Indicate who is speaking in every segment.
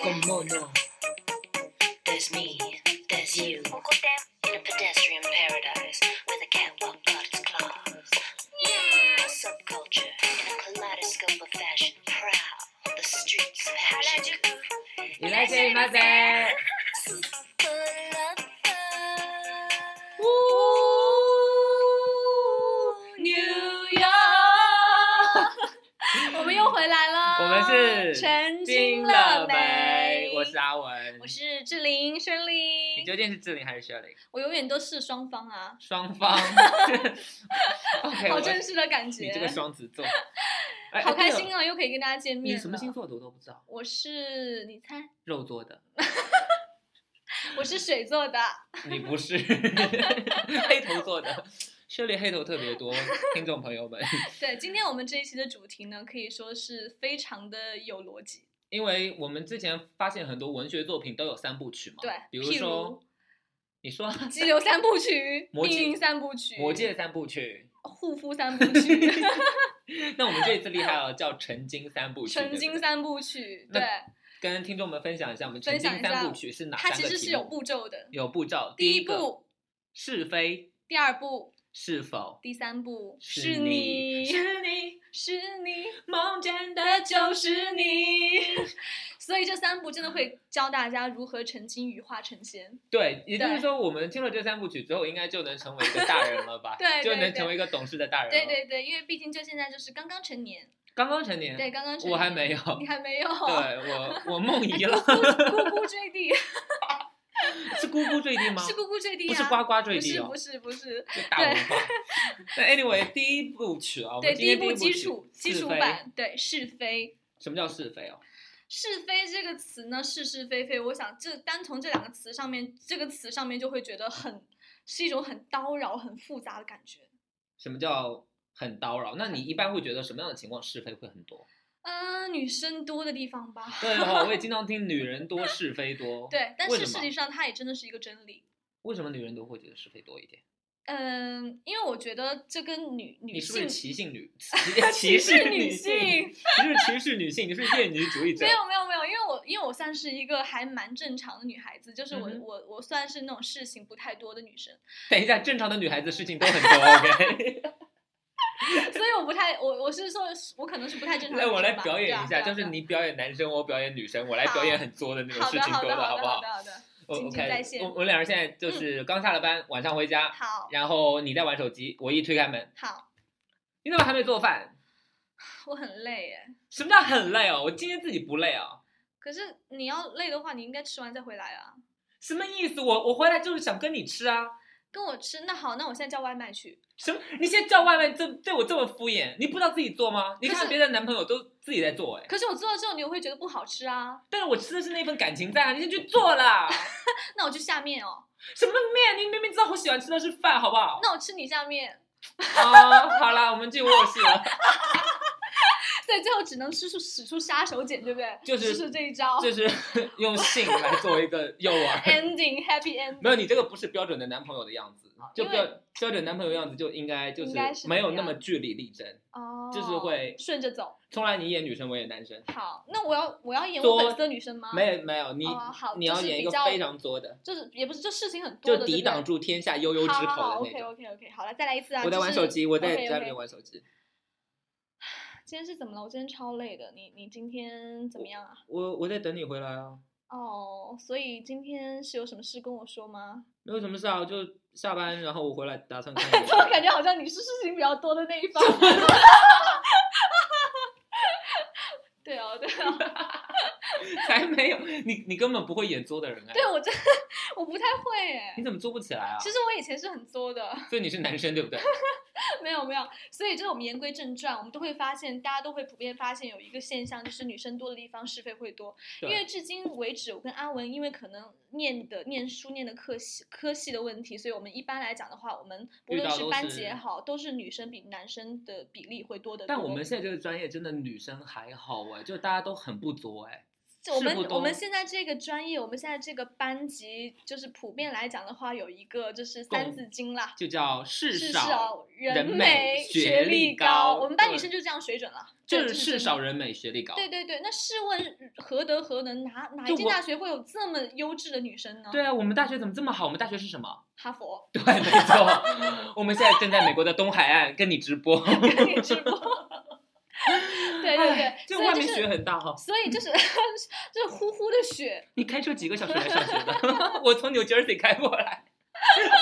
Speaker 1: Komodo. There's me, there's you. In a pedestrian paradise with a catwalk got its claws. A subculture in a kaleidoscope of fashion proud. The streets of Harajuku.
Speaker 2: いらっしゃいませ。New York，
Speaker 3: 我们又回来了，
Speaker 2: 我们是
Speaker 3: 成精
Speaker 2: 惊
Speaker 3: 了
Speaker 2: 了
Speaker 3: 没
Speaker 2: 没？？我是阿文，
Speaker 3: 我是志玲轩
Speaker 2: 你
Speaker 3: 玲，
Speaker 2: 究竟是志玲还是 Shirley？
Speaker 3: 我永远都是双方啊，
Speaker 2: 双 方 ，OK，
Speaker 3: 好
Speaker 2: 我
Speaker 3: 正式的感
Speaker 2: 你
Speaker 3: 觉
Speaker 2: 这，个双子座，哎
Speaker 3: 好开心！
Speaker 2: 哎
Speaker 3: 啊，又可以跟大家见
Speaker 2: 对了你
Speaker 3: 面。
Speaker 2: 什么星？座的我都不知道，
Speaker 3: 我是你猜，
Speaker 2: 肉做的，
Speaker 3: 我是水做的，
Speaker 2: 你不是 黑头做的。Shirley 黑头特别多，听众朋友们，
Speaker 3: 对，今天我们这一期的主题呢，可以说是非常的有逻辑。
Speaker 2: 因为我们之前发现很多文学作品都有三部曲嘛，
Speaker 3: 对
Speaker 2: 比如
Speaker 3: 譬
Speaker 2: 说
Speaker 3: 如，
Speaker 2: 你说啊
Speaker 3: 《
Speaker 2: 《
Speaker 3: 激流三部曲》《
Speaker 2: 魔戒
Speaker 3: 命运三部曲》
Speaker 2: 魔戒》三部曲，
Speaker 3: 《护肤三部曲》 《
Speaker 2: 那我们这一次厉害了，叫《成精三部曲》。对
Speaker 3: 纯
Speaker 2: 不
Speaker 3: 金
Speaker 2: 对
Speaker 3: 三部曲》
Speaker 2: 那
Speaker 3: 对，
Speaker 2: 跟听众们分享一下，我们《成
Speaker 3: 分
Speaker 2: 精
Speaker 3: 享一下
Speaker 2: 三部曲》是哪
Speaker 3: 它
Speaker 2: 三个
Speaker 3: 其实是
Speaker 2: 题目
Speaker 3: 有步骤的，
Speaker 2: 有步骤，
Speaker 3: 第
Speaker 2: 一
Speaker 3: 一
Speaker 2: 个
Speaker 3: 步、
Speaker 2: 是非
Speaker 3: 第二步、
Speaker 2: 是否
Speaker 3: 第三步
Speaker 2: 是
Speaker 3: 你，
Speaker 2: 是你
Speaker 3: 是 你，
Speaker 2: 梦见的
Speaker 3: 那就是你。所以这三步真的会教大家如何成精羽化成仙。
Speaker 2: 对，也就是
Speaker 3: 对
Speaker 2: 说，我们听了这三部曲之后，应该就能成为一个大人了吧？
Speaker 3: 对对
Speaker 2: 就能
Speaker 3: 对
Speaker 2: 成为一个懂事的大人了。
Speaker 3: 对对对，因为毕竟就现在就是刚刚成年，
Speaker 2: 刚刚成年，
Speaker 3: 对，刚刚成年。
Speaker 2: 嗯我还没有，
Speaker 3: 你还没有。
Speaker 2: 对我我梦遗了，
Speaker 3: 咕咕坠 地，
Speaker 2: 是咕咕坠地吗？
Speaker 3: 是咕咕坠地
Speaker 2: 不
Speaker 3: 啊，
Speaker 2: 是呱呱坠
Speaker 3: 不
Speaker 2: 地
Speaker 3: 是
Speaker 2: 哦
Speaker 3: 不，是不是，
Speaker 2: 就大文化。 那 anyway，第一部曲啊，我
Speaker 3: 对，
Speaker 2: 们
Speaker 3: 第
Speaker 2: 今
Speaker 3: 一
Speaker 2: 天
Speaker 3: 步
Speaker 2: 一
Speaker 3: 基
Speaker 2: 曲
Speaker 3: 础基
Speaker 2: 是
Speaker 3: 础
Speaker 2: 非
Speaker 3: 版，对是非。
Speaker 2: 什么叫是非哦？
Speaker 3: 是非这个词呢，是是非非，我想这单从这两个词上面，这个词上面就会觉得很是一种很叨扰、很复杂的感觉。
Speaker 2: 什么叫很叨扰？那你一般会觉得什么样的情况是非会很多？
Speaker 3: 嗯、女生多的地方吧。
Speaker 2: 对哦，我也经常听女人多是非多。
Speaker 3: 对，但
Speaker 2: 为
Speaker 3: 是
Speaker 2: 什
Speaker 3: 事
Speaker 2: 么
Speaker 3: 实上它也真的是一个真理。
Speaker 2: 为什么女人都会觉得是非多一点？
Speaker 3: 嗯，因为我觉得这跟女女
Speaker 2: 你是不是
Speaker 3: 性
Speaker 2: 歧性 女
Speaker 3: 歧
Speaker 2: 歧
Speaker 3: 视
Speaker 2: 视
Speaker 3: 女
Speaker 2: 性？
Speaker 3: 性
Speaker 2: 你是不是歧视女性？你是不是厌女主义者
Speaker 3: 没？有没有没有，因为我因为我算是一个还蛮正常的女孩子，就是我、
Speaker 2: 嗯哼
Speaker 3: 我我算是那种事情不太多的女生，
Speaker 2: 等一下，正常的女孩子事情都很多。OK，
Speaker 3: 所以我不太我我是说，我可能是不太正常的
Speaker 2: 那
Speaker 3: 女嗯生吧。
Speaker 2: 我 来表演一
Speaker 3: 对
Speaker 2: 下，
Speaker 3: 啊对啊
Speaker 2: 就是
Speaker 3: 对啊
Speaker 2: 你表演男生，我表演女生，我来表演很作的那种
Speaker 3: 好
Speaker 2: 事
Speaker 3: 的
Speaker 2: 情
Speaker 3: 好
Speaker 2: 多
Speaker 3: 的好
Speaker 2: 好
Speaker 3: 的
Speaker 2: 不
Speaker 3: 好
Speaker 2: 好
Speaker 3: 的？好的，
Speaker 2: 我
Speaker 3: 敬请在
Speaker 2: OK，
Speaker 3: 线嗯
Speaker 2: 我我们俩人现在就是刚下了班，晚上回家，
Speaker 3: 好
Speaker 2: 然后你在玩手机，我一推开门，
Speaker 3: 好，
Speaker 2: 你怎么还没做饭？
Speaker 3: 我很累耶。
Speaker 2: 什么叫很累哦？我今天自己不累哦？
Speaker 3: 可是你要累的话，你应该吃完再回来啊。
Speaker 2: 什么意思？我我回来就是想跟你吃啊。
Speaker 3: 跟我吃，那好，那我现在叫外卖去。
Speaker 2: 什么？你现在叫外卖这对我这么敷衍？你不知道自己做吗？你
Speaker 3: 可
Speaker 2: 看
Speaker 3: 是
Speaker 2: 别的男朋友都自己在做哎、
Speaker 3: 可是我做了之后，你又会觉得不好吃啊。
Speaker 2: 但是我吃的是那份感情在啊，你先去做啦。
Speaker 3: 那我去下面哦，
Speaker 2: 什么面？你明明知道我喜欢吃的是饭，好不 好？
Speaker 3: 那我吃你下面，
Speaker 2: 哦，好啦，我们进卧室了。
Speaker 3: 所以最后只能吃出使出杀手锏，对不对？
Speaker 2: 就是
Speaker 3: 使出这一 招。
Speaker 2: 就是用性来作为一个诱饵。
Speaker 3: ending happy ending。
Speaker 2: 没有，你这个不是标准的男朋友的样子，就
Speaker 3: 因为
Speaker 2: 标标准男朋友样子就应该就
Speaker 3: 应该是
Speaker 2: 没有
Speaker 3: 怎么
Speaker 2: 那
Speaker 3: 样
Speaker 2: 么据理力争。
Speaker 3: 哦，
Speaker 2: 就是会
Speaker 3: 顺着走。
Speaker 2: 从来你演女生，我演男生。
Speaker 3: 好，那我要我要演
Speaker 2: 多
Speaker 3: 我粉色女生吗？，
Speaker 2: 没有没有，你、
Speaker 3: 哦好
Speaker 2: 你
Speaker 3: 就
Speaker 2: 要
Speaker 3: 是
Speaker 2: 演一
Speaker 3: 比
Speaker 2: 个
Speaker 3: 较
Speaker 2: 非常作的，
Speaker 3: 就是也不是，就事情很多
Speaker 2: 就
Speaker 3: 的，
Speaker 2: 抵挡
Speaker 3: 住
Speaker 2: 住天下悠悠之口的
Speaker 3: 好好好
Speaker 2: 那
Speaker 3: ，OK
Speaker 2: 种。
Speaker 3: OK OK，好了，再来一次啊！
Speaker 2: 我在
Speaker 3: 就
Speaker 2: 玩
Speaker 3: 是
Speaker 2: 手机，我在
Speaker 3: OK，OK
Speaker 2: 家里面玩手机。
Speaker 3: 今天是怎么了？我今天超累的，你你今天怎么样啊？
Speaker 2: 我我在等你回来啊，
Speaker 3: 哦，所以今天是有什么事跟我说吗？
Speaker 2: 没有什么事啊，我就下班然后我回来打算看 你。
Speaker 3: 怎么感觉好像你是事情比较多的那一方？对哦，对哦，
Speaker 2: 才没有，你你根本不会演作的人哎。
Speaker 3: 对我真我不太会哎
Speaker 2: 你。怎么做不起来啊？
Speaker 3: 其实我以前是很作的，
Speaker 2: 所以你是男生 对不对？
Speaker 3: 没有没有，所以就是我们言归正传，我们都会发现，大家都会普遍发现有一个现象，就是女生多的地方是非会多。因
Speaker 2: 对
Speaker 3: 为至今为止，我跟阿文因为可能念的念书念的科系科系的问题，所以我们一般来讲的话，我们不
Speaker 2: 遇
Speaker 3: 论
Speaker 2: 到
Speaker 3: 是
Speaker 2: 都
Speaker 3: 班
Speaker 2: 是
Speaker 3: 级也好，都是女生比男生的比例会多得多。
Speaker 2: 但我们现在这个专业真的女生还好哎，就大家都很不作哎。
Speaker 3: 就我
Speaker 2: 事
Speaker 3: 们
Speaker 2: 不
Speaker 3: 我
Speaker 2: 多
Speaker 3: 们现在这个专业，我们现在这个班级，就是普遍来讲的话，有一个就是三
Speaker 2: 共
Speaker 3: 字经啦，
Speaker 2: 就叫
Speaker 3: 是
Speaker 2: 事
Speaker 3: 少人
Speaker 2: 人美
Speaker 3: 美
Speaker 2: 学
Speaker 3: 学
Speaker 2: 历
Speaker 3: 历
Speaker 2: 高
Speaker 3: 我们班女
Speaker 2: 对
Speaker 3: 生就这样水准了，
Speaker 2: 就
Speaker 3: 对
Speaker 2: 是
Speaker 3: 真
Speaker 2: 事
Speaker 3: 的
Speaker 2: 少人美，学历高。
Speaker 3: 对对对，那试问何德何能，哪哪一
Speaker 2: 就
Speaker 3: 间
Speaker 2: 我
Speaker 3: 大学会有这么优质的女生呢？
Speaker 2: 对，啊，我们大学怎么这么好？我们大学是什么？
Speaker 3: 哈佛
Speaker 2: 对，没错，我们现在正在美国的东海岸跟你直播。对
Speaker 3: 跟你直播。对对对，
Speaker 2: 这
Speaker 3: 所以
Speaker 2: 外
Speaker 3: 就
Speaker 2: 面
Speaker 3: 是，
Speaker 2: 雪很大哈、
Speaker 3: 所以就是就是呼呼的 雪，
Speaker 2: 你开车几个小时来上学的？ 我从 New Jersey 开过来，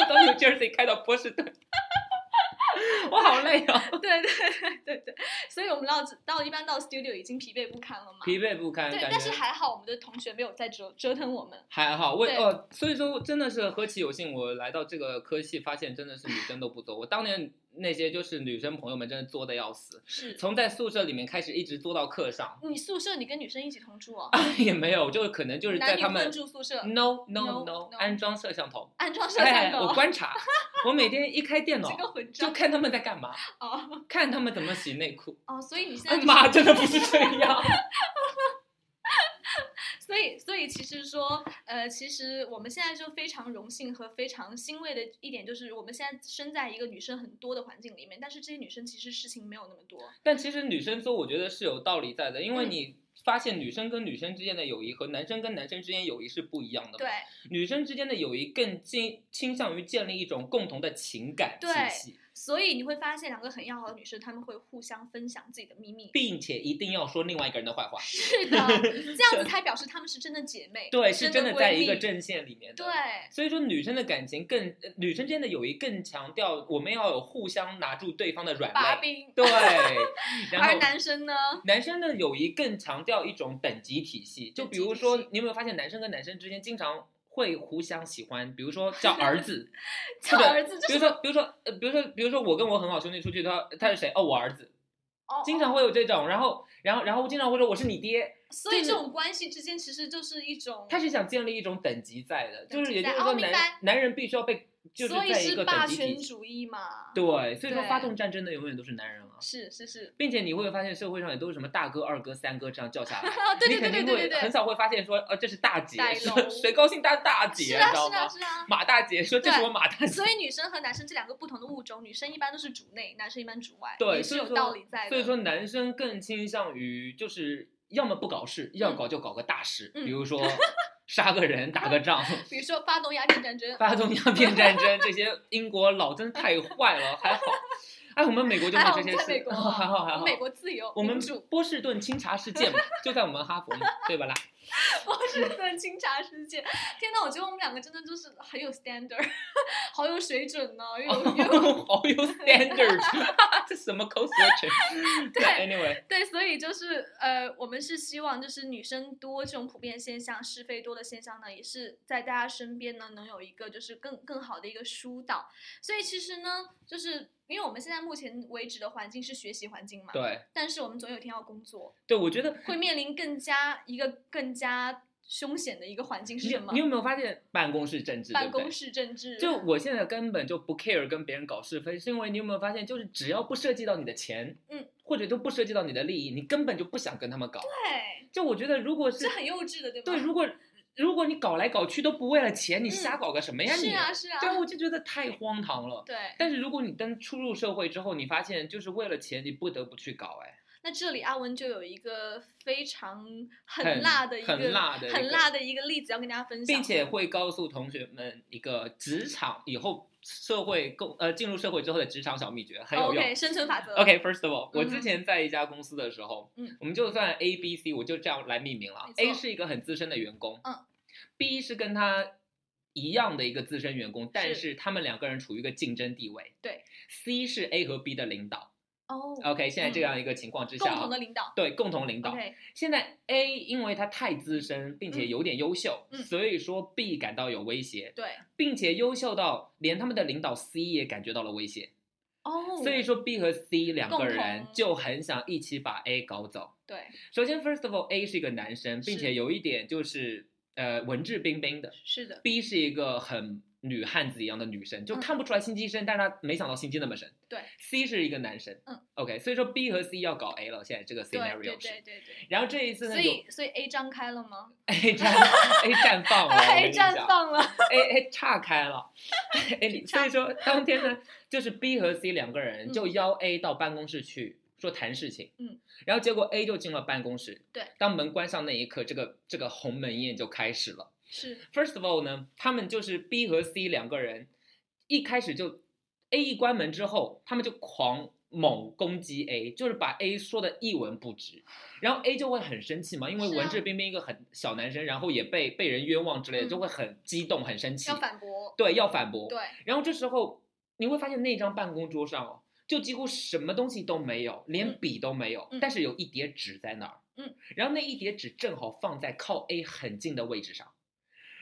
Speaker 2: 我从 New Jersey 开到波士顿， 我好累哦，
Speaker 3: 对对对对对，所以我们到到一般到 studio 已经疲惫不堪了嘛。
Speaker 2: 疲惫不堪，
Speaker 3: 对，
Speaker 2: 感
Speaker 3: 但是
Speaker 2: 觉
Speaker 3: 还好我们的同学没有再折折腾我们。
Speaker 2: 还好。我
Speaker 3: 对
Speaker 2: 呃，所以说真的是何其有幸，我来到这个科系，发现真的是女生都不作。我当年那些就是女生朋友们，真的作的要死，
Speaker 3: 是
Speaker 2: 从在宿舍里面开始一直作到课上，
Speaker 3: 你宿舍你跟女生一起同住哦，
Speaker 2: 啊也没有，就可能就是在
Speaker 3: 男女
Speaker 2: 他
Speaker 3: 混
Speaker 2: 们。
Speaker 3: 住宿舍，
Speaker 2: No
Speaker 3: No,
Speaker 2: no no，
Speaker 3: no
Speaker 2: 安装摄像头，
Speaker 3: 安装摄像
Speaker 2: 哎，我
Speaker 3: 头，
Speaker 2: 观察，我每天一开电
Speaker 3: 这个
Speaker 2: 脑
Speaker 3: 混
Speaker 2: 就
Speaker 3: 账
Speaker 2: 看他们在干嘛，
Speaker 3: 哦
Speaker 2: 看他们怎么洗内 裤。
Speaker 3: 哦，所以你现在
Speaker 2: 哎
Speaker 3: 就是
Speaker 2: 妈，真 的不是这样。
Speaker 3: 所以，所以其实说，呃，其实我们现在就非常荣幸和非常欣慰的一点就是，我们现在身在一个女生很多的环境里面，但是这些女生其实事情没有那么多。
Speaker 2: 但其实女生作，我觉得是有道理在的，因为
Speaker 3: 嗯
Speaker 2: 你发现女生跟女生之间的友谊和男生跟男生之间友谊是不一样的。
Speaker 3: 对，
Speaker 2: 女生之间的友谊更倾倾向于建立一种共同的情感体
Speaker 3: 对
Speaker 2: 系，
Speaker 3: 所以你会发现两个很要好的女生，她们会互相分享自己的秘密。
Speaker 2: 并且一定要说另外一个人的坏话。
Speaker 3: 是的，这样子才表示她们是真的姐妹，
Speaker 2: 对，是
Speaker 3: 真
Speaker 2: 真
Speaker 3: 的
Speaker 2: 的在
Speaker 3: 闺
Speaker 2: 一个
Speaker 3: 蜜。
Speaker 2: 阵线里面的。
Speaker 3: 对，
Speaker 2: 所以说，女生的感情更，呃女生之间的友谊更强调我们要有互相拿住对方的软
Speaker 3: 把
Speaker 2: 肋。
Speaker 3: 柄。
Speaker 2: 对，然
Speaker 3: 而
Speaker 2: 后
Speaker 3: 男生呢？
Speaker 2: 男生的友谊更强调一种等级体系，就
Speaker 3: 等
Speaker 2: 比
Speaker 3: 级
Speaker 2: 如
Speaker 3: 体
Speaker 2: 说
Speaker 3: 系，
Speaker 2: 你有没有发现男生跟男生之间经常会互相喜欢？比如说 叫儿子，
Speaker 3: 叫
Speaker 2: 对
Speaker 3: 儿子就
Speaker 2: 比如
Speaker 3: 是
Speaker 2: 说，比如说，呃，比如说，比如说我跟我很好兄弟出去，他他是谁？哦，我儿子，
Speaker 3: 哦，
Speaker 2: 经常会有这种，然后，然后，然后经常会说我是你爹，
Speaker 3: 所以
Speaker 2: 就是
Speaker 3: 这种关系之间其实就是一种，
Speaker 2: 他是想建立一种等级在的，就
Speaker 3: 等
Speaker 2: 是
Speaker 3: 级
Speaker 2: 也就
Speaker 3: 在
Speaker 2: 是
Speaker 3: 哦
Speaker 2: 说
Speaker 3: 明
Speaker 2: 男
Speaker 3: 白
Speaker 2: 男人必须要被就是
Speaker 3: 所以
Speaker 2: 在一
Speaker 3: 是
Speaker 2: 个
Speaker 3: 霸
Speaker 2: 等级
Speaker 3: 权
Speaker 2: 体系，
Speaker 3: 主义嘛。
Speaker 2: 对，所以说
Speaker 3: 对
Speaker 2: 发动战争的永远都是男人啊。
Speaker 3: 是是是，
Speaker 2: 并且你会发现社会上也都是什么大哥、二哥、三哥这样叫 下来，
Speaker 3: 啊，对
Speaker 2: 你
Speaker 3: 对对
Speaker 2: 肯
Speaker 3: 对
Speaker 2: 定
Speaker 3: 对对
Speaker 2: 会
Speaker 3: 对，
Speaker 2: 很少会发现说，呃，这是大姐
Speaker 3: 带，
Speaker 2: 是
Speaker 3: 龙
Speaker 2: 谁高兴大大姐，
Speaker 3: 是
Speaker 2: 你
Speaker 3: 啊
Speaker 2: 知道
Speaker 3: 是啊
Speaker 2: 吗？
Speaker 3: 是啊。
Speaker 2: 马大姐说这是
Speaker 3: 对
Speaker 2: 我马大 姐，
Speaker 3: 所以女生和男生这两个不同的物种，女生一般都是主内，男生一般主外，
Speaker 2: 对
Speaker 3: 也
Speaker 2: 所
Speaker 3: 是
Speaker 2: 以
Speaker 3: 有
Speaker 2: 说
Speaker 3: 道理在的。
Speaker 2: 所以说男生更倾向于就是要么不搞事，要搞就搞个大事，
Speaker 3: 嗯
Speaker 2: 比如 说杀个人、打个仗、
Speaker 3: 比如说发动鸦片战争，
Speaker 2: 发动鸦片战争，这些英国佬真的太坏了，还好，哎，我们美国就没
Speaker 3: 还
Speaker 2: 有
Speaker 3: 好
Speaker 2: 这
Speaker 3: 我
Speaker 2: 些
Speaker 3: 们在美
Speaker 2: 事，
Speaker 3: 国
Speaker 2: 还好还
Speaker 3: 我
Speaker 2: 好
Speaker 3: 们。美国自由
Speaker 2: 我们
Speaker 3: 民主，
Speaker 2: 波士顿清查事件嘛，就在我们哈佛嘛，对吧啦？
Speaker 3: 我是
Speaker 2: 嗯
Speaker 3: 算清查世界。天呐，我觉得我们两个真的就是很有 standard，好 有水准呢、又 有又有
Speaker 2: 哦好有 standard，这 什么 code switching？
Speaker 3: 对
Speaker 2: ，anyway，
Speaker 3: 对，所以就是呃，我们是希望就是女生多这种普遍现象、是非多的现象呢，也是在大家身边呢能有一个就是更更好的一个疏导。所以其实呢，就是因为我们现在目前为止的环境是学习环境嘛，
Speaker 2: 对
Speaker 3: 但是我们总有一天要工作，
Speaker 2: 对，我觉得
Speaker 3: 会面临更加一个更加凶险的一个环境是
Speaker 2: 你
Speaker 3: 什么
Speaker 2: 你？有没有发现办公室政治？
Speaker 3: 办
Speaker 2: 对不
Speaker 3: 公
Speaker 2: 对？
Speaker 3: 室政治。
Speaker 2: 就我现在根本就不 care 跟别人搞是非，是因为你有没有发现，就是只要不涉及到你的钱，
Speaker 3: 嗯，
Speaker 2: 或者都不涉及到你的利益，你根本就不想跟他们搞。
Speaker 3: 对，
Speaker 2: 就我觉得，如果是
Speaker 3: 这很幼稚的，对吗？
Speaker 2: 对，如果如果你搞来搞去都不为了钱，你瞎搞个什么呀你？
Speaker 3: 嗯是啊，是啊，
Speaker 2: 对，我就觉得太荒唐了。
Speaker 3: 对。
Speaker 2: 但是如果你等出入社会之后，你发现就是为了钱，你不得不去搞，哎，
Speaker 3: 那这里阿文就有一个非常很
Speaker 2: 很
Speaker 3: 辣的一个
Speaker 2: 很辣的一
Speaker 3: 很
Speaker 2: 个
Speaker 3: 辣的一个例子要跟大家分享，
Speaker 2: 并且会告诉同学们一个职场以后社会共呃进入社会之后的职场小秘诀，很有用。
Speaker 3: 哦 OK 生存法则
Speaker 2: OK，first、of all，、我
Speaker 3: 嗯
Speaker 2: 之前在一家公司的时候，
Speaker 3: 嗯
Speaker 2: 我们就算 A、B、C，我就这样来命名了。
Speaker 3: 没错
Speaker 2: A 是一个很资深的员工，
Speaker 3: 嗯
Speaker 2: ，B 是跟他一样的一个资深员工，但
Speaker 3: 是
Speaker 2: 是他们两个人处于一个竞争地位。
Speaker 3: 对
Speaker 2: ，C 是 A 和 B 的领导。
Speaker 3: 哦
Speaker 2: OK，现在这
Speaker 3: 嗯
Speaker 2: 样一个情况之下啊，
Speaker 3: 共同的领导
Speaker 2: 对共同呃领导。
Speaker 3: OK
Speaker 2: 现在 A 因为他太资深，并且
Speaker 3: 嗯
Speaker 2: 有点优秀，
Speaker 3: 嗯
Speaker 2: 所以说 B 感到有威胁，
Speaker 3: 对
Speaker 2: 并且优秀到连他们的领导 C 也感觉到了威胁，
Speaker 3: 哦，
Speaker 2: 所以说 B 和 C 两
Speaker 3: 共
Speaker 2: 个
Speaker 3: 同
Speaker 2: 人就很想一起把 A 搞走。
Speaker 3: 对
Speaker 2: 首先，first of all，A 是一个男生，并
Speaker 3: 是
Speaker 2: 且有一点就是呃文质彬彬的
Speaker 3: 是的
Speaker 2: ，B 是一个很女汉子一样的女神，就
Speaker 3: 嗯
Speaker 2: 看不出来心机深，但是她没想到心机那么深。
Speaker 3: 对
Speaker 2: ，C 是一个男神，
Speaker 3: 嗯
Speaker 2: ，OK，所以说 B 和 C 要搞 A 了，现在这个
Speaker 3: 对对
Speaker 2: scenario
Speaker 3: 对
Speaker 2: 是。
Speaker 3: 对对。
Speaker 2: 然后这一次
Speaker 3: 所
Speaker 2: 呢，哎有
Speaker 3: 以所以 A 张开了吗
Speaker 2: A 绽 A 绽放 了哦我跟
Speaker 3: ？A
Speaker 2: 你讲
Speaker 3: 绽哎 放了，
Speaker 2: A A 岔开 了，A 所以说当天呢，就是 B 和 C 两个人就邀 A 到办公室去说谈事情，
Speaker 3: 嗯，
Speaker 2: 然后结果 A 就进了办公室，
Speaker 3: 对，
Speaker 2: 当门关上那一刻，这个这个鸿门宴就开始了。
Speaker 3: 是
Speaker 2: First of all 呢，他们就是 B 和 C 两个人一开始就 A 一关门之后，他们就狂猛攻击 A，就是把 A 说的一文不值，然后 A 就会很生气嘛，因为
Speaker 3: 是啊
Speaker 2: 文质彬彬一个很小男生，然后也被被人冤枉之类的，
Speaker 3: 嗯
Speaker 2: 就会很激动、很生气
Speaker 3: 要，反驳，
Speaker 2: 对，要反驳。
Speaker 3: 对，
Speaker 2: 然后这时候你会发现那张办公桌上哦，就几乎什么东西都没有，连
Speaker 3: 嗯
Speaker 2: 笔都没有，
Speaker 3: 嗯
Speaker 2: 但是有一叠纸在那儿。
Speaker 3: 嗯，
Speaker 2: 然后那一叠纸正好放在靠 A 很近的位置上，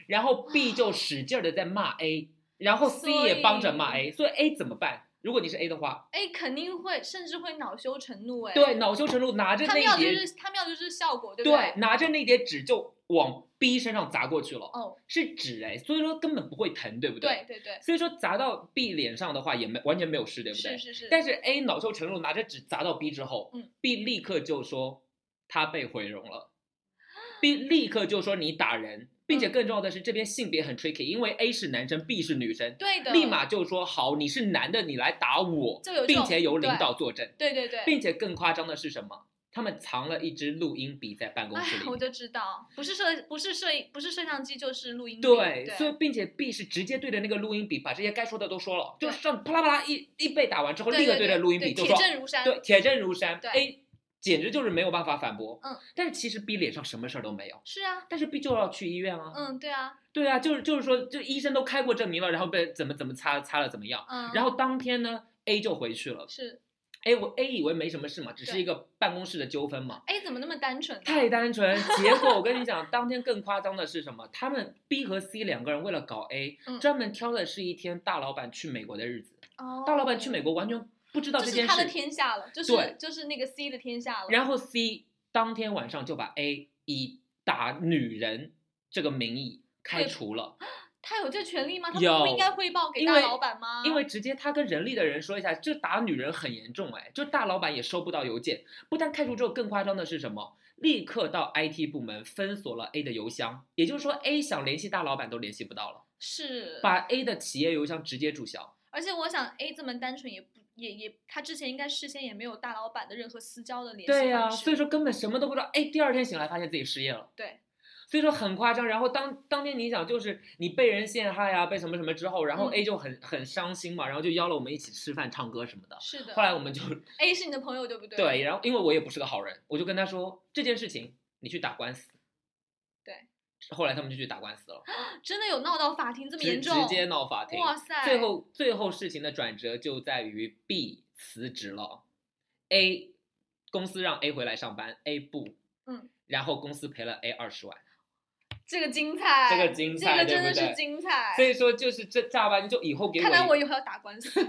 Speaker 2: 然后 B 就使劲的在骂 A，然后 C
Speaker 3: 所
Speaker 2: 也帮着骂
Speaker 3: 以
Speaker 2: A，所以 A 怎么办？如果你是 A 的话，
Speaker 3: 哎，肯定会，甚至会恼羞成怒，哎，
Speaker 2: 对，，恼羞成怒，拿着
Speaker 3: 他
Speaker 2: 那
Speaker 3: 们要
Speaker 2: 一
Speaker 3: 就
Speaker 2: 叠，
Speaker 3: 是他们要就是效果，对不
Speaker 2: 对，？拿着那叠纸就往 B 身上砸过去了，
Speaker 3: 哦，
Speaker 2: 是纸哎，所以说根本不会疼，对不
Speaker 3: 对对对，
Speaker 2: 所以说砸到 B 脸上的话，也没完全没有事，对不对？
Speaker 3: 是是是，
Speaker 2: 但是 A 恼羞成怒，拿着纸砸到 B 之后，
Speaker 3: 嗯啊
Speaker 2: b 立刻就说他被毁容了，B 立刻就说你打人，并
Speaker 3: 嗯
Speaker 2: 且更重要的是这边性别很 tricky，因为 A 是男生，B 是女生，
Speaker 3: 对的，
Speaker 2: 立马就说好，你是男的，你来打我
Speaker 3: 就有，这种
Speaker 2: 并且有领导作证，
Speaker 3: 对对对，
Speaker 2: 并且更夸张的是什么？他们藏了一支录音笔在办公
Speaker 3: 哎
Speaker 2: 室，里
Speaker 3: 我
Speaker 2: 面。
Speaker 3: 就知道，不是摄，不是摄影，不是摄像机就是录音笔。
Speaker 2: 对，
Speaker 3: 对，
Speaker 2: 所以并且 B 是直接对着那个录音笔把这些该说的都说了，就
Speaker 3: 对
Speaker 2: 是上啪啦啪啦一一被打完之后，
Speaker 3: 对
Speaker 2: 立刻
Speaker 3: 对
Speaker 2: 着录音
Speaker 3: 对
Speaker 2: 笔就
Speaker 3: 铁
Speaker 2: 说
Speaker 3: 证如山。
Speaker 2: 对，铁证如山。
Speaker 3: 对
Speaker 2: A 简直就是没有办法反驳。
Speaker 3: 嗯，
Speaker 2: 但是其实 B 脸上什么事儿都没有，
Speaker 3: 是啊，
Speaker 2: 但是 B 就要去医院啊。，
Speaker 3: 嗯，对啊，
Speaker 2: 对啊，就是就是说，就医生都开过证明了，然后被怎么怎么擦擦了怎么样。
Speaker 3: 嗯，
Speaker 2: 然后当天呢，A 就回去了。
Speaker 3: 是
Speaker 2: A 我 A 以为没什么事嘛，只是
Speaker 3: 对
Speaker 2: 一个办公室的纠纷嘛，
Speaker 3: 哎，怎么那么单纯呢？
Speaker 2: 太单纯。结果我跟你讲，当天更夸张的是什么？他们 B 和 C 两个人为了搞 A，、
Speaker 3: 嗯
Speaker 2: 专门挑的是一天大老板去美国的日子。
Speaker 3: 哦，
Speaker 2: 大老板去美国完全不知道
Speaker 3: 就
Speaker 2: 这
Speaker 3: 是
Speaker 2: 件
Speaker 3: 他
Speaker 2: 事
Speaker 3: 的，天下了，就
Speaker 2: 对
Speaker 3: 是就是那个 C 的天下了。
Speaker 2: 然后 C 当天晚上就把 A 以打女人这个名义开除了，
Speaker 3: 他有这权利吗？他
Speaker 2: 有
Speaker 3: 们不应该汇报给
Speaker 2: 因
Speaker 3: 大
Speaker 2: 为
Speaker 3: 老板吗？
Speaker 2: 因为直接他跟人力的人说一下，这打女人很严重哎，就大老板也收不到邮件。不但开除之后，更夸张的是什么？立刻到 IT 部门封锁了 A 的邮箱，也就是说 A 想联系大老板都联系不到了，
Speaker 3: 是，
Speaker 2: 把 A 的企业邮箱直接注销。
Speaker 3: 而且我想 A 这么单纯也不也也，他之前应该事先也没有大老板的任何私交的联系
Speaker 2: 对呀、
Speaker 3: 方式
Speaker 2: 所以说根本什么都不知道。哎，第二天醒来发现自己失业了。
Speaker 3: 对。
Speaker 2: 所以说很夸张，然后当当天你想就是你被人陷害啊，被什么什么之后，然后
Speaker 3: 嗯
Speaker 2: A 就很、很伤心嘛，然后就邀了我们一起吃饭、唱歌什么的。
Speaker 3: 是的。
Speaker 2: 后来我们就
Speaker 3: A 是你的朋友对不对？
Speaker 2: 对，然后因为我也不是个好人，我就跟他说这件事情你去打官司。
Speaker 3: 对。
Speaker 2: 后来他们就去打官司了，
Speaker 3: 真的有闹到法庭这么
Speaker 2: 直
Speaker 3: 严重？
Speaker 2: 直接闹法庭。
Speaker 3: 哇塞！
Speaker 2: 最后最后事情的转折就在于 B 辞职了，A 公司让 A 回来上班，A 不，
Speaker 3: 嗯，
Speaker 2: 然后公司赔了 A 二十万，
Speaker 3: 这个精彩，
Speaker 2: 这个精彩
Speaker 3: 这个真
Speaker 2: 对
Speaker 3: 的
Speaker 2: 不对
Speaker 3: 是精彩。
Speaker 2: 所以说就是这下班就以后给我
Speaker 3: 哎看来我
Speaker 2: 一
Speaker 3: 以后要打官 司，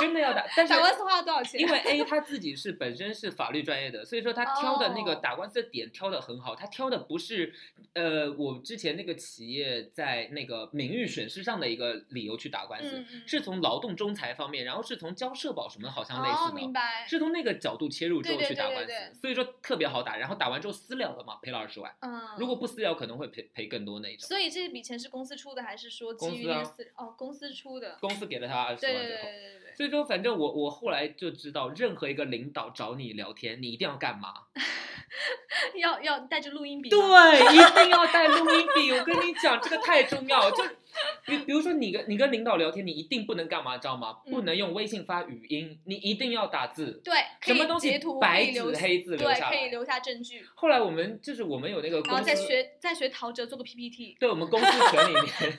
Speaker 2: 真的要 打，但是
Speaker 3: 打官司花了多少钱？
Speaker 2: 因为 A 他自己是本身是法律专业的，所以说他挑的那个
Speaker 3: 哦
Speaker 2: 打官司的点挑的很好，他挑的不是呃我之前那个企业在那个名誉损失上的一个理由去打官司，
Speaker 3: 嗯嗯
Speaker 2: 是从劳动仲裁方面，然后是从交社保什么好像类
Speaker 3: 哦，
Speaker 2: 似的。
Speaker 3: 明白，
Speaker 2: 是从那个角度切入之后
Speaker 3: 对对
Speaker 2: 去打
Speaker 3: 对
Speaker 2: 官司，
Speaker 3: 对
Speaker 2: 所以说特别好打。然后打完之后私了了嘛，赔了二十万。
Speaker 3: 嗯，
Speaker 2: 哎如果不私了，可能会赔赔更多那一种。
Speaker 3: 所以这笔钱是公司出的，还是说
Speaker 2: 公
Speaker 3: 基于
Speaker 2: 司
Speaker 3: 那
Speaker 2: 啊
Speaker 3: 个私哦公司出的？
Speaker 2: 公司给了他二十
Speaker 3: 对
Speaker 2: 万之后，
Speaker 3: 对对对对对，
Speaker 2: 所以说，反正我我后来就知道，任何一个领导找你聊天，你一定要干嘛？
Speaker 3: 对 要要带着录音笔吗，
Speaker 2: 对， 一定要带录音笔。我跟你讲，这个太重要。就比比如说，你跟你跟领导聊天，你一定不能干嘛，知道吗？
Speaker 3: 嗯
Speaker 2: 不能用微信发语音，你一定要打字，
Speaker 3: 对，可
Speaker 2: 什
Speaker 3: 以
Speaker 2: 么东
Speaker 3: 截
Speaker 2: 西
Speaker 3: 图可
Speaker 2: 白
Speaker 3: 以
Speaker 2: 纸
Speaker 3: 留
Speaker 2: 黑字留
Speaker 3: 对，
Speaker 2: 下
Speaker 3: 可以
Speaker 2: 来。
Speaker 3: 留下证据，
Speaker 2: 后来我们就是我们有那个
Speaker 3: 然
Speaker 2: 公
Speaker 3: 后再
Speaker 2: 司，
Speaker 3: 学再学陶喆做个 PPT，
Speaker 2: 对我们公司群里 面。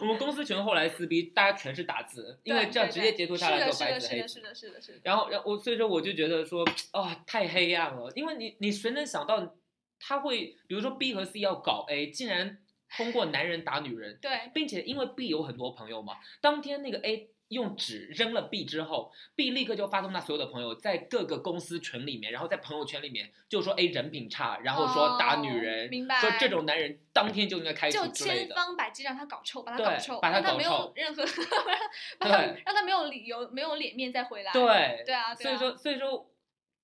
Speaker 2: 我们公司群后来撕逼，大家全是打字，因为
Speaker 3: 对
Speaker 2: 这样
Speaker 3: 对
Speaker 2: 直
Speaker 3: 对
Speaker 2: 接截图下来就是白
Speaker 3: 的，
Speaker 2: 纸
Speaker 3: 是
Speaker 2: 黑
Speaker 3: 的，
Speaker 2: 字
Speaker 3: 是。的，是的，是的，是的，
Speaker 2: 然后，然后我所以说我就觉得说啊、太黑暗了，因为你你谁能想到他会，比如说 B 和 C 要搞 A，竟然通过男人打女人，
Speaker 3: 对，
Speaker 2: 并且因为 B 有很多朋友嘛，当天那个 A 用纸扔了 B 之后，B 立刻就发动他所有的朋友在各个公司群里面，然后在朋友圈里面就说 A 人品差，然后说打女
Speaker 3: 哦
Speaker 2: 人，
Speaker 3: 明白
Speaker 2: 说这种男人当天就应该开除
Speaker 3: 就
Speaker 2: 之类
Speaker 3: 千
Speaker 2: 的。
Speaker 3: 方百计让他搞臭，把他
Speaker 2: 对
Speaker 3: 搞臭，
Speaker 2: 把他
Speaker 3: 让他
Speaker 2: 搞
Speaker 3: 没
Speaker 2: 臭
Speaker 3: 有任 何，让他
Speaker 2: 对
Speaker 3: 让他没有理由、没有脸面再回来。
Speaker 2: 对
Speaker 3: 对啊，对
Speaker 2: 所以
Speaker 3: 啊
Speaker 2: 说，所以说，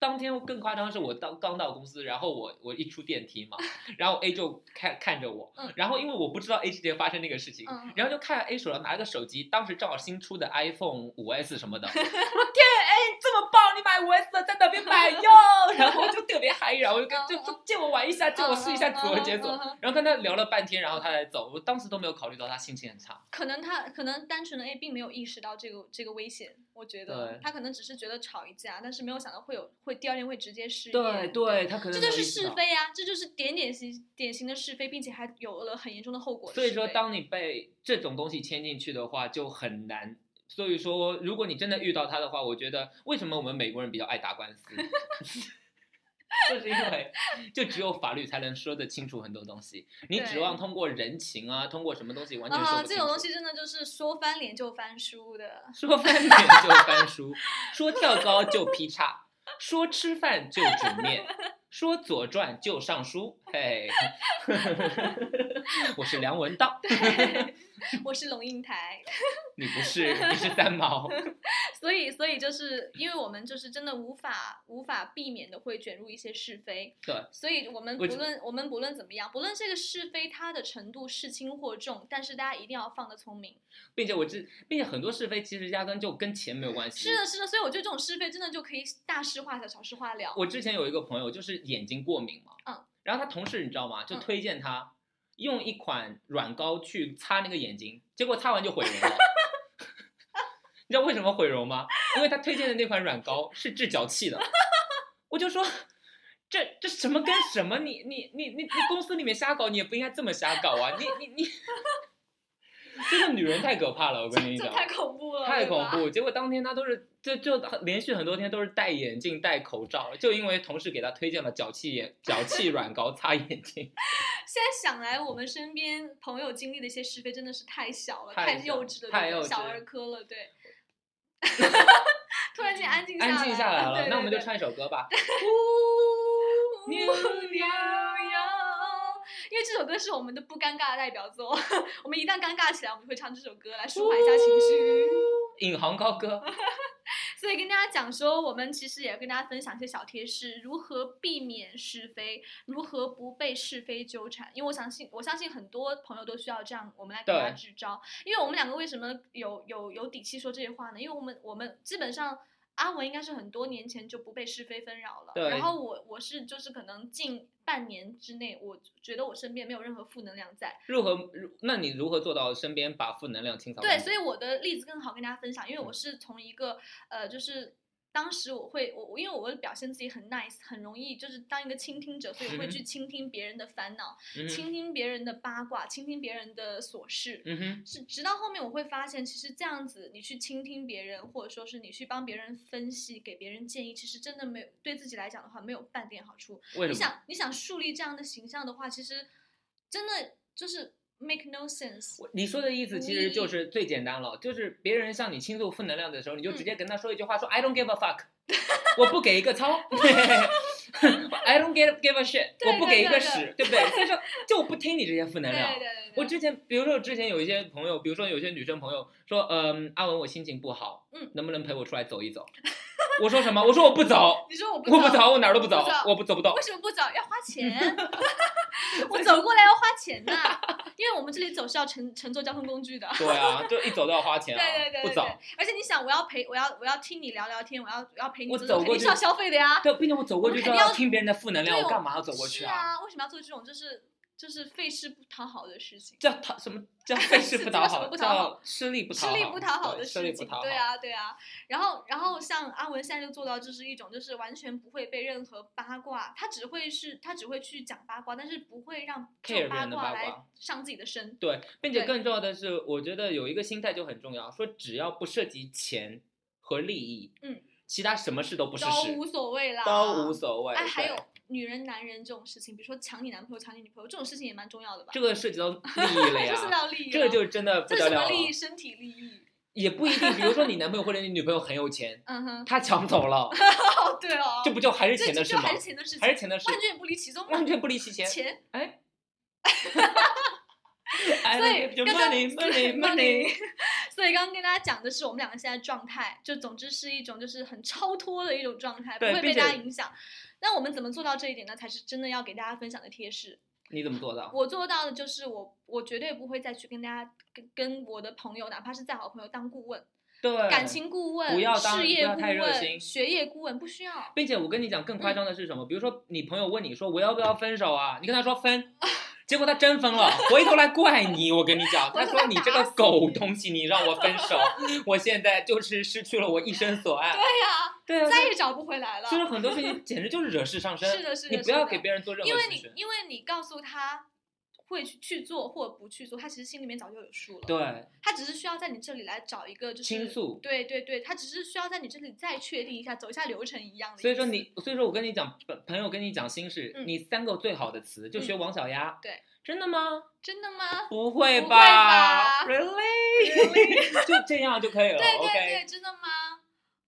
Speaker 2: 当天更夸张的是我到刚到公司，然后我我一出电梯 嘛，然后 A 就看看着我
Speaker 3: 嗯，
Speaker 2: 然后因为我不知道 A 之前发生那个事情
Speaker 3: 嗯，
Speaker 2: 然后就看 A 手上拿了个手机，当时正好新出的 iPhone 五 S 什么 的，我说天，A 这么棒，你买五 S 了，在哪边买哟？ 然后就特别嗨，然后我就跟就就借我玩一下，借我试一下
Speaker 3: 嗯
Speaker 2: 左右解
Speaker 3: 嗯嗯
Speaker 2: 锁
Speaker 3: 嗯嗯。
Speaker 2: 然后跟他聊了半天，然后他才走。我当时都没有考虑到他心情很差。
Speaker 3: 可能他可能单纯的 A 并没有意识到这个这个危险，我觉得
Speaker 2: 对
Speaker 3: 他可能只是觉得吵一架，但是没有想到会有会第二天会直接失业。
Speaker 2: 对对，他可能没
Speaker 3: 这就
Speaker 2: 有
Speaker 3: 是
Speaker 2: 意识
Speaker 3: 是
Speaker 2: 到
Speaker 3: 非啊，这就是典典型典型的是非，并且还有了很严重的后果。
Speaker 2: 所以说，
Speaker 3: 是非
Speaker 2: 当你被这种东西牵进去的话，就很难。所以说，如果你真的遇到他的话，我觉得为什么我们美国人比较爱打官司， 就是因为就只有法律才能说得清楚很多东西。你指
Speaker 3: 对
Speaker 2: 望通过人情啊，通过什么东西完全说
Speaker 3: 啊，
Speaker 2: 不
Speaker 3: 这
Speaker 2: 清楚。
Speaker 3: 种东西真的就是说翻脸就翻书的。
Speaker 2: 说翻脸就翻书，说跳高就劈叉，说吃饭就煮面，说左转就上书。嘿， 我是梁文道，
Speaker 3: 我是龙应台。
Speaker 2: 你不是，你是三毛。
Speaker 3: 所以，所以就是因为我们就是真的无法无法避免的会卷入一些是非，
Speaker 2: 对，
Speaker 3: 所以我们不
Speaker 2: 我觉
Speaker 3: 论我们不论怎么样，不论这个是非它的程度是轻或重，但是大家一定要放得聪明。
Speaker 2: 并且我知，并且很多是非其实压根就跟钱没有关系。
Speaker 3: 是的，啊是的，所以我觉得这种是非真的就可以大事化小，小事化了。
Speaker 2: 我之前有一个朋友就是眼睛过敏嘛，
Speaker 3: 嗯，
Speaker 2: 然后他同事你知道吗？就
Speaker 3: 嗯
Speaker 2: 推荐他用一款软膏去擦那个眼睛，结果擦完就毁容 了。你知道为什么毁容吗？因为他推荐的那款软膏是治脚气的。我就说，这这什么跟什么？你你你你你公司里面瞎搞，你也不应该这么瞎搞啊！你你 你，这个女人太可怕了，我跟你
Speaker 3: 这
Speaker 2: 讲。
Speaker 3: 太恐怖了，
Speaker 2: 太
Speaker 3: 对
Speaker 2: 恐
Speaker 3: 吧。
Speaker 2: 怖！结果当天他都是就就连续很多天都是戴眼镜、戴口罩，就因为同事给他推荐了脚气眼脚气软膏擦眼睛。
Speaker 3: 现在想来，我们身边朋友经历的一些是非真的是太小了，
Speaker 2: 太
Speaker 3: 太
Speaker 2: 小
Speaker 3: 幼稚了，
Speaker 2: 太
Speaker 3: 对
Speaker 2: 幼稚
Speaker 3: 不对小儿科 了，对。 突然间安静
Speaker 2: 安静下来了，
Speaker 3: 对
Speaker 2: 那我
Speaker 3: 对
Speaker 2: 们就
Speaker 3: 对
Speaker 2: 唱一首歌 吧。
Speaker 3: 呜
Speaker 2: 牛
Speaker 3: 牛羊，因为这首歌是我们的不尴尬的代表作， 我们一旦尴尬起来，我们就会唱这首歌来抒发一下情绪。
Speaker 2: 引吭高歌，
Speaker 3: 所以跟大家讲说，我们其实也跟大家分享一些小贴士，如何避免是非，如何不被是非纠缠。因为我相信，我相信很多朋友都需要这样，我们来给
Speaker 2: 对
Speaker 3: 大家支招。因为我们两个为什么有有有底气说这些话呢？因为我们我们基本上。阿文应该是很多年前就不被是非纷扰了，
Speaker 2: 对
Speaker 3: 然后我我是就是可能近半年之内，我觉得我身边没有任何负能量在，
Speaker 2: 如何？如那你如何做到身边把负能量清扫干
Speaker 3: 对，
Speaker 2: 净？
Speaker 3: 所以我的例子更好跟大家分享，因为我是从一个呃，就是当时我会我我因为我会表现自己很 nice，很容易就是当一个倾听者，所以我
Speaker 2: 嗯
Speaker 3: 会
Speaker 2: 哼
Speaker 3: 去倾听别人的烦恼，
Speaker 2: 嗯哼
Speaker 3: 倾听别人的八卦，倾听别人的琐事。
Speaker 2: 嗯哼，
Speaker 3: 是，直到后面我会发现，其实这样子，你去倾听别人，或者说是你去帮别人分析、给别人建议，其实真的没有对自己来讲的话，没有半点好处。
Speaker 2: 为
Speaker 3: 你
Speaker 2: 什么？
Speaker 3: 想，你想树立这样的形象的话，其实真的就是 make no sense。
Speaker 2: 我你说的意思其实就是最简单了，就是别人向你倾诉负能量的时候，你
Speaker 3: 嗯
Speaker 2: 就直接跟他说一句话，说 I don't give a fuck，我 不给一个 操，I don't give give a shit，
Speaker 3: 对
Speaker 2: 我不给一个
Speaker 3: 对对
Speaker 2: 屎，对不对？所以说就我不听你这些负能
Speaker 3: 对
Speaker 2: 量
Speaker 3: 对。对对，
Speaker 2: 我之前，比如说之前有一些朋友，比如说有些女生朋友说，嗯，阿文我心情不好，
Speaker 3: 嗯
Speaker 2: 能不能陪我出来走一 走？我说什么？我说我不走，
Speaker 3: 你说我不
Speaker 2: 我不
Speaker 3: 走，
Speaker 2: 走，我哪儿都不走
Speaker 3: 不走，
Speaker 2: 我不走不动
Speaker 3: 为。什么不走？要 花钱，我走过来要花钱呐、因为我们这里走是要乘乘坐交通工 具的。
Speaker 2: 对啊，就一走都要花钱啊
Speaker 3: 对对，对
Speaker 2: 不
Speaker 3: 对
Speaker 2: 走。
Speaker 3: 对，而且你想，我要陪，我要我要听你聊聊天，我要我要陪你
Speaker 2: 我
Speaker 3: 走
Speaker 2: 走
Speaker 3: 走，肯
Speaker 2: 过
Speaker 3: 定
Speaker 2: 去
Speaker 3: 是要消费的 呀。
Speaker 2: 对，并且我走过去就
Speaker 3: 我肯定要
Speaker 2: 要听别人的负能量，
Speaker 3: 对
Speaker 2: 我
Speaker 3: 我
Speaker 2: 干嘛要走过去
Speaker 3: 是啊，为什么要做这种就是就是费事不讨好的事情？
Speaker 2: 叫讨什么叫费事不
Speaker 3: 是 这
Speaker 2: 讨
Speaker 3: 个什么
Speaker 2: 好，
Speaker 3: 不讨好
Speaker 2: 叫吃力不讨
Speaker 3: 吃
Speaker 2: 好，
Speaker 3: 力不讨好
Speaker 2: 对
Speaker 3: 的
Speaker 2: 吃
Speaker 3: 事
Speaker 2: 力不
Speaker 3: 情
Speaker 2: 讨，好。
Speaker 3: 对啊，对啊。然后，然后像阿文现在就做到，就是一种就是完全不会被任何八卦，他只会是他只会去讲八卦，但是不会让这
Speaker 2: care
Speaker 3: 种
Speaker 2: 别人的
Speaker 3: 卦
Speaker 2: 八
Speaker 3: 来
Speaker 2: 卦
Speaker 3: 上自己的身。
Speaker 2: 对，并且
Speaker 3: 对
Speaker 2: 更重要的是，我觉得有一个心态就很重要，说只要不涉及钱和利益，
Speaker 3: 嗯，
Speaker 2: 其他什么事都不是
Speaker 3: 都
Speaker 2: 事，
Speaker 3: 无所谓啦，
Speaker 2: 都无所谓。
Speaker 3: 哎，还
Speaker 2: 对
Speaker 3: 有女人、男人这种事情，比如说抢你男朋友、抢你女朋友这种事情也蛮重要的吧？
Speaker 2: 这个涉及到利益了呀
Speaker 3: 这，是要利益了，
Speaker 2: 这个就真的不
Speaker 3: 这是
Speaker 2: 得
Speaker 3: 什
Speaker 2: 了
Speaker 3: 么
Speaker 2: 了。
Speaker 3: 利益？身体利益。
Speaker 2: 也不一定。比如说你男朋友或者你女朋友很有钱，
Speaker 3: 嗯哼，
Speaker 2: 他抢走 了，
Speaker 3: 哦对哦，
Speaker 2: 这不就还是
Speaker 3: 这
Speaker 2: 钱的事
Speaker 3: 就
Speaker 2: 吗？
Speaker 3: 还是钱的事情，
Speaker 2: 还是 钱的事，
Speaker 3: 万卷不离其宗嘛，
Speaker 2: 完全不离其钱。
Speaker 3: 钱。
Speaker 2: 哎，
Speaker 3: 所以刚刚
Speaker 2: money
Speaker 3: 对
Speaker 2: money money，
Speaker 3: 所以刚刚跟大家讲的是我们两个现在状态，就总之是一种就是很超脱的一种状态，不
Speaker 2: 对
Speaker 3: 会
Speaker 2: 并
Speaker 3: 被
Speaker 2: 且
Speaker 3: 大家影响。那我们怎么做到这一点呢？才是真的要给大家分享的贴士。
Speaker 2: 你怎么做到？
Speaker 3: 我做到的就是我，我绝对不会再去跟大家跟跟我的朋友，哪怕是再好朋友当顾问，
Speaker 2: 对，
Speaker 3: 感情顾问、
Speaker 2: 不要当
Speaker 3: 事业
Speaker 2: 不要
Speaker 3: 顾
Speaker 2: 太热
Speaker 3: 问、
Speaker 2: 心
Speaker 3: 学业顾问，不需要。
Speaker 2: 并且我跟你讲，更夸张的是什么？比如说，你朋友问你说我要不要分手啊？你跟他说 分，结果他真分了，回头来怪你。我跟你讲，他说你这个狗东西，你让我分手， 我现在就是失去了我一生所爱。
Speaker 3: 对呀、
Speaker 2: 对啊，
Speaker 3: 再也找不回来了。
Speaker 2: 就是很多事情简直就是惹事上身。
Speaker 3: 是的是的
Speaker 2: 你不要
Speaker 3: 是的
Speaker 2: 给别人做任何
Speaker 3: 因为
Speaker 2: 事
Speaker 3: 你
Speaker 2: 情。
Speaker 3: 因为你告诉他会去去做或不去做，他其实心里面早就有数了。，
Speaker 2: 对，
Speaker 3: 他只是需要在你这里来找一个就是
Speaker 2: 倾诉
Speaker 3: 对对对，他只是需要在你这里再确定一下，走一下流程一样的意思。
Speaker 2: 所以说你，所以说我跟你讲，朋朋友跟你讲心事，
Speaker 3: 嗯
Speaker 2: 你三个最好的词就学王小丫。
Speaker 3: 对，
Speaker 2: 真的吗？
Speaker 3: 真 的吗？
Speaker 2: 不会
Speaker 3: 不会
Speaker 2: 吧
Speaker 3: 吧
Speaker 2: r e a l l y 就这样就可以了。
Speaker 3: 对
Speaker 2: OK
Speaker 3: 对对，真的吗？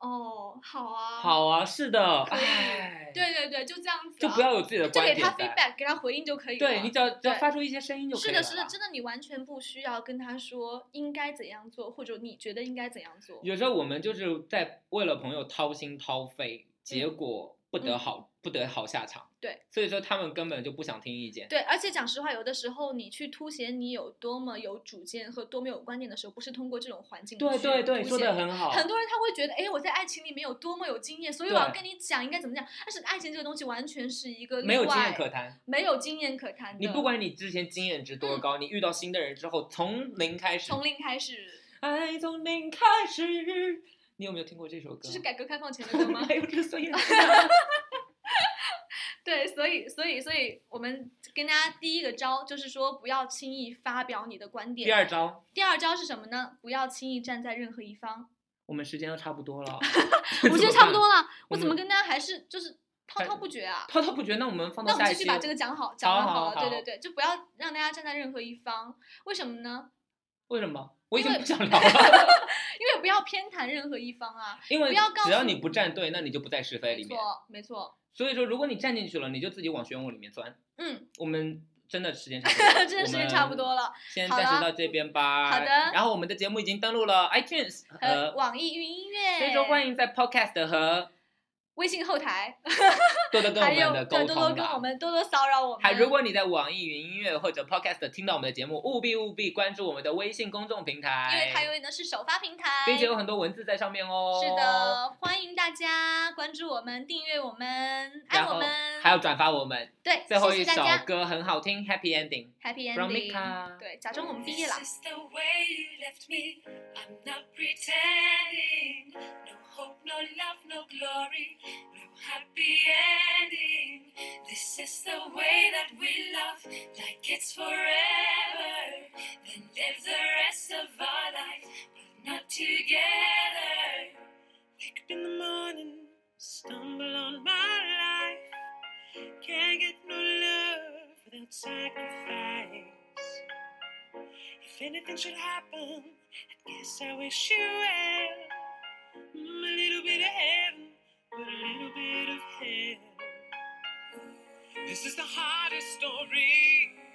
Speaker 3: 哦，好啊，，
Speaker 2: 好啊，是的，
Speaker 3: 可以
Speaker 2: 哎，，
Speaker 3: 对对对，就这样子、啊，
Speaker 2: 就不要有自己的
Speaker 3: 就
Speaker 2: 观
Speaker 3: 给
Speaker 2: 点
Speaker 3: 他
Speaker 2: 在
Speaker 3: feedback，给他回应就可以了。
Speaker 2: 对你只要只要
Speaker 3: 对
Speaker 2: 发出一些声音就可以
Speaker 3: 是
Speaker 2: 了
Speaker 3: 的，是的，
Speaker 2: 啦
Speaker 3: 真的，你完全不需要跟他说应该怎样做，或者你觉得应该怎样做。
Speaker 2: 有时候我们就是在为了朋友掏心掏肺，结果不得
Speaker 3: 嗯
Speaker 2: 好、不得好下场。
Speaker 3: 对，
Speaker 2: 所以说他们根本就不想听意见。
Speaker 3: 对，而且讲实话，有的时候你去凸显你有多么有主见和多么有观点的时候，不是通过这种环境去凸
Speaker 2: 对
Speaker 3: 显
Speaker 2: 对
Speaker 3: 的。
Speaker 2: 对，说的很好。
Speaker 3: 很多人他会觉得，哎，我在爱情里面有多么有经验，所以我要
Speaker 2: 对
Speaker 3: 跟你讲应该怎么讲。但是爱情这个东西完全是一个例
Speaker 2: 没有经验
Speaker 3: 外
Speaker 2: 可谈，
Speaker 3: 没有经验可谈的。嗯
Speaker 2: 你不管你之前经验值多高，你遇到新的人之后，从零开始，
Speaker 3: 从零开始，
Speaker 2: 爱从零开始。你有没有听过这首歌？
Speaker 3: 这是改革开放前 的歌吗？
Speaker 2: 还有之所以
Speaker 3: 对，所以所以所以我们跟大家第一个招就是说，不要轻易发表你的观点。
Speaker 2: 第二招，
Speaker 3: 第二招是什么呢？不要轻易站在任何一方。，
Speaker 2: 我们时间都差不多了
Speaker 3: 我觉得差不多了，
Speaker 2: 我
Speaker 3: 我怎么
Speaker 2: 们
Speaker 3: 跟大家还是就是滔
Speaker 2: 还
Speaker 3: 滔不绝啊？
Speaker 2: 滔滔不绝，那我们放
Speaker 3: 那
Speaker 2: 到
Speaker 3: 我们
Speaker 2: 下一
Speaker 3: 继
Speaker 2: 期。
Speaker 3: 续把这个讲好，讲完
Speaker 2: 好
Speaker 3: 了，
Speaker 2: 好
Speaker 3: 对对对，就不要让大家站在任何一方。为什么呢？
Speaker 2: 为什么？我已经
Speaker 3: 因为
Speaker 2: 不想聊 了，
Speaker 3: 因为不要偏袒任何一方啊。
Speaker 2: 因为
Speaker 3: 不要告
Speaker 2: 只要
Speaker 3: 诉
Speaker 2: 你不站队，那你就不在是非
Speaker 3: 没
Speaker 2: 里面。
Speaker 3: 错，没错，
Speaker 2: 所以说，如果你站进去了，你就自己往漩涡里面钻。
Speaker 3: 嗯，
Speaker 2: 我们真的时间差不多了，
Speaker 3: 真的时间差不多
Speaker 2: 了，
Speaker 3: 了。
Speaker 2: 先
Speaker 3: 好
Speaker 2: 暂
Speaker 3: 了
Speaker 2: 时到这边吧。
Speaker 3: 好的
Speaker 2: 然后我们的节目已经登录了 iTunes
Speaker 3: 呃，
Speaker 2: 和，
Speaker 3: 网易云音乐，
Speaker 2: 所以说欢迎在 Podcast 和
Speaker 3: 微信后台，
Speaker 2: 多多跟我
Speaker 3: 还
Speaker 2: 们
Speaker 3: 有
Speaker 2: 的
Speaker 3: 对
Speaker 2: 沟
Speaker 3: 多多
Speaker 2: 通
Speaker 3: 跟我
Speaker 2: 吧。
Speaker 3: 们多多骚扰我们。
Speaker 2: 还如果你在网易云音乐或者 Podcast 听到我们的节目，务必务必关注我们的微信公众平台，
Speaker 3: 因为台有呢是首发平台，
Speaker 2: 并且有很多文字在上面哦。
Speaker 3: 是，的，欢迎大家关注我们、订阅我们、爱
Speaker 2: 然
Speaker 3: 哎我
Speaker 2: 后
Speaker 3: 们，
Speaker 2: 还要转发我们。
Speaker 3: 对，
Speaker 2: 最后
Speaker 3: 谢
Speaker 2: 一
Speaker 3: 谢大
Speaker 2: 首
Speaker 3: 家
Speaker 2: 歌很好听，Happy Ending。
Speaker 3: Happy
Speaker 2: From
Speaker 3: Ending，
Speaker 2: Mika
Speaker 3: 对，假装我们毕业了。
Speaker 1: This is the way you left me. I'm not pretending. No hope, no love, no glory, no happy ending. This is the way that we love, like it's forever. Then live the rest of our life, but not together. Wake up in the morning, stumble on my life. Can't get no love without sacrifice. If anything should happen, I guess I wish you well. Mm, a little bit of heaven, but a little bit of hell. This is the hardest story Ah.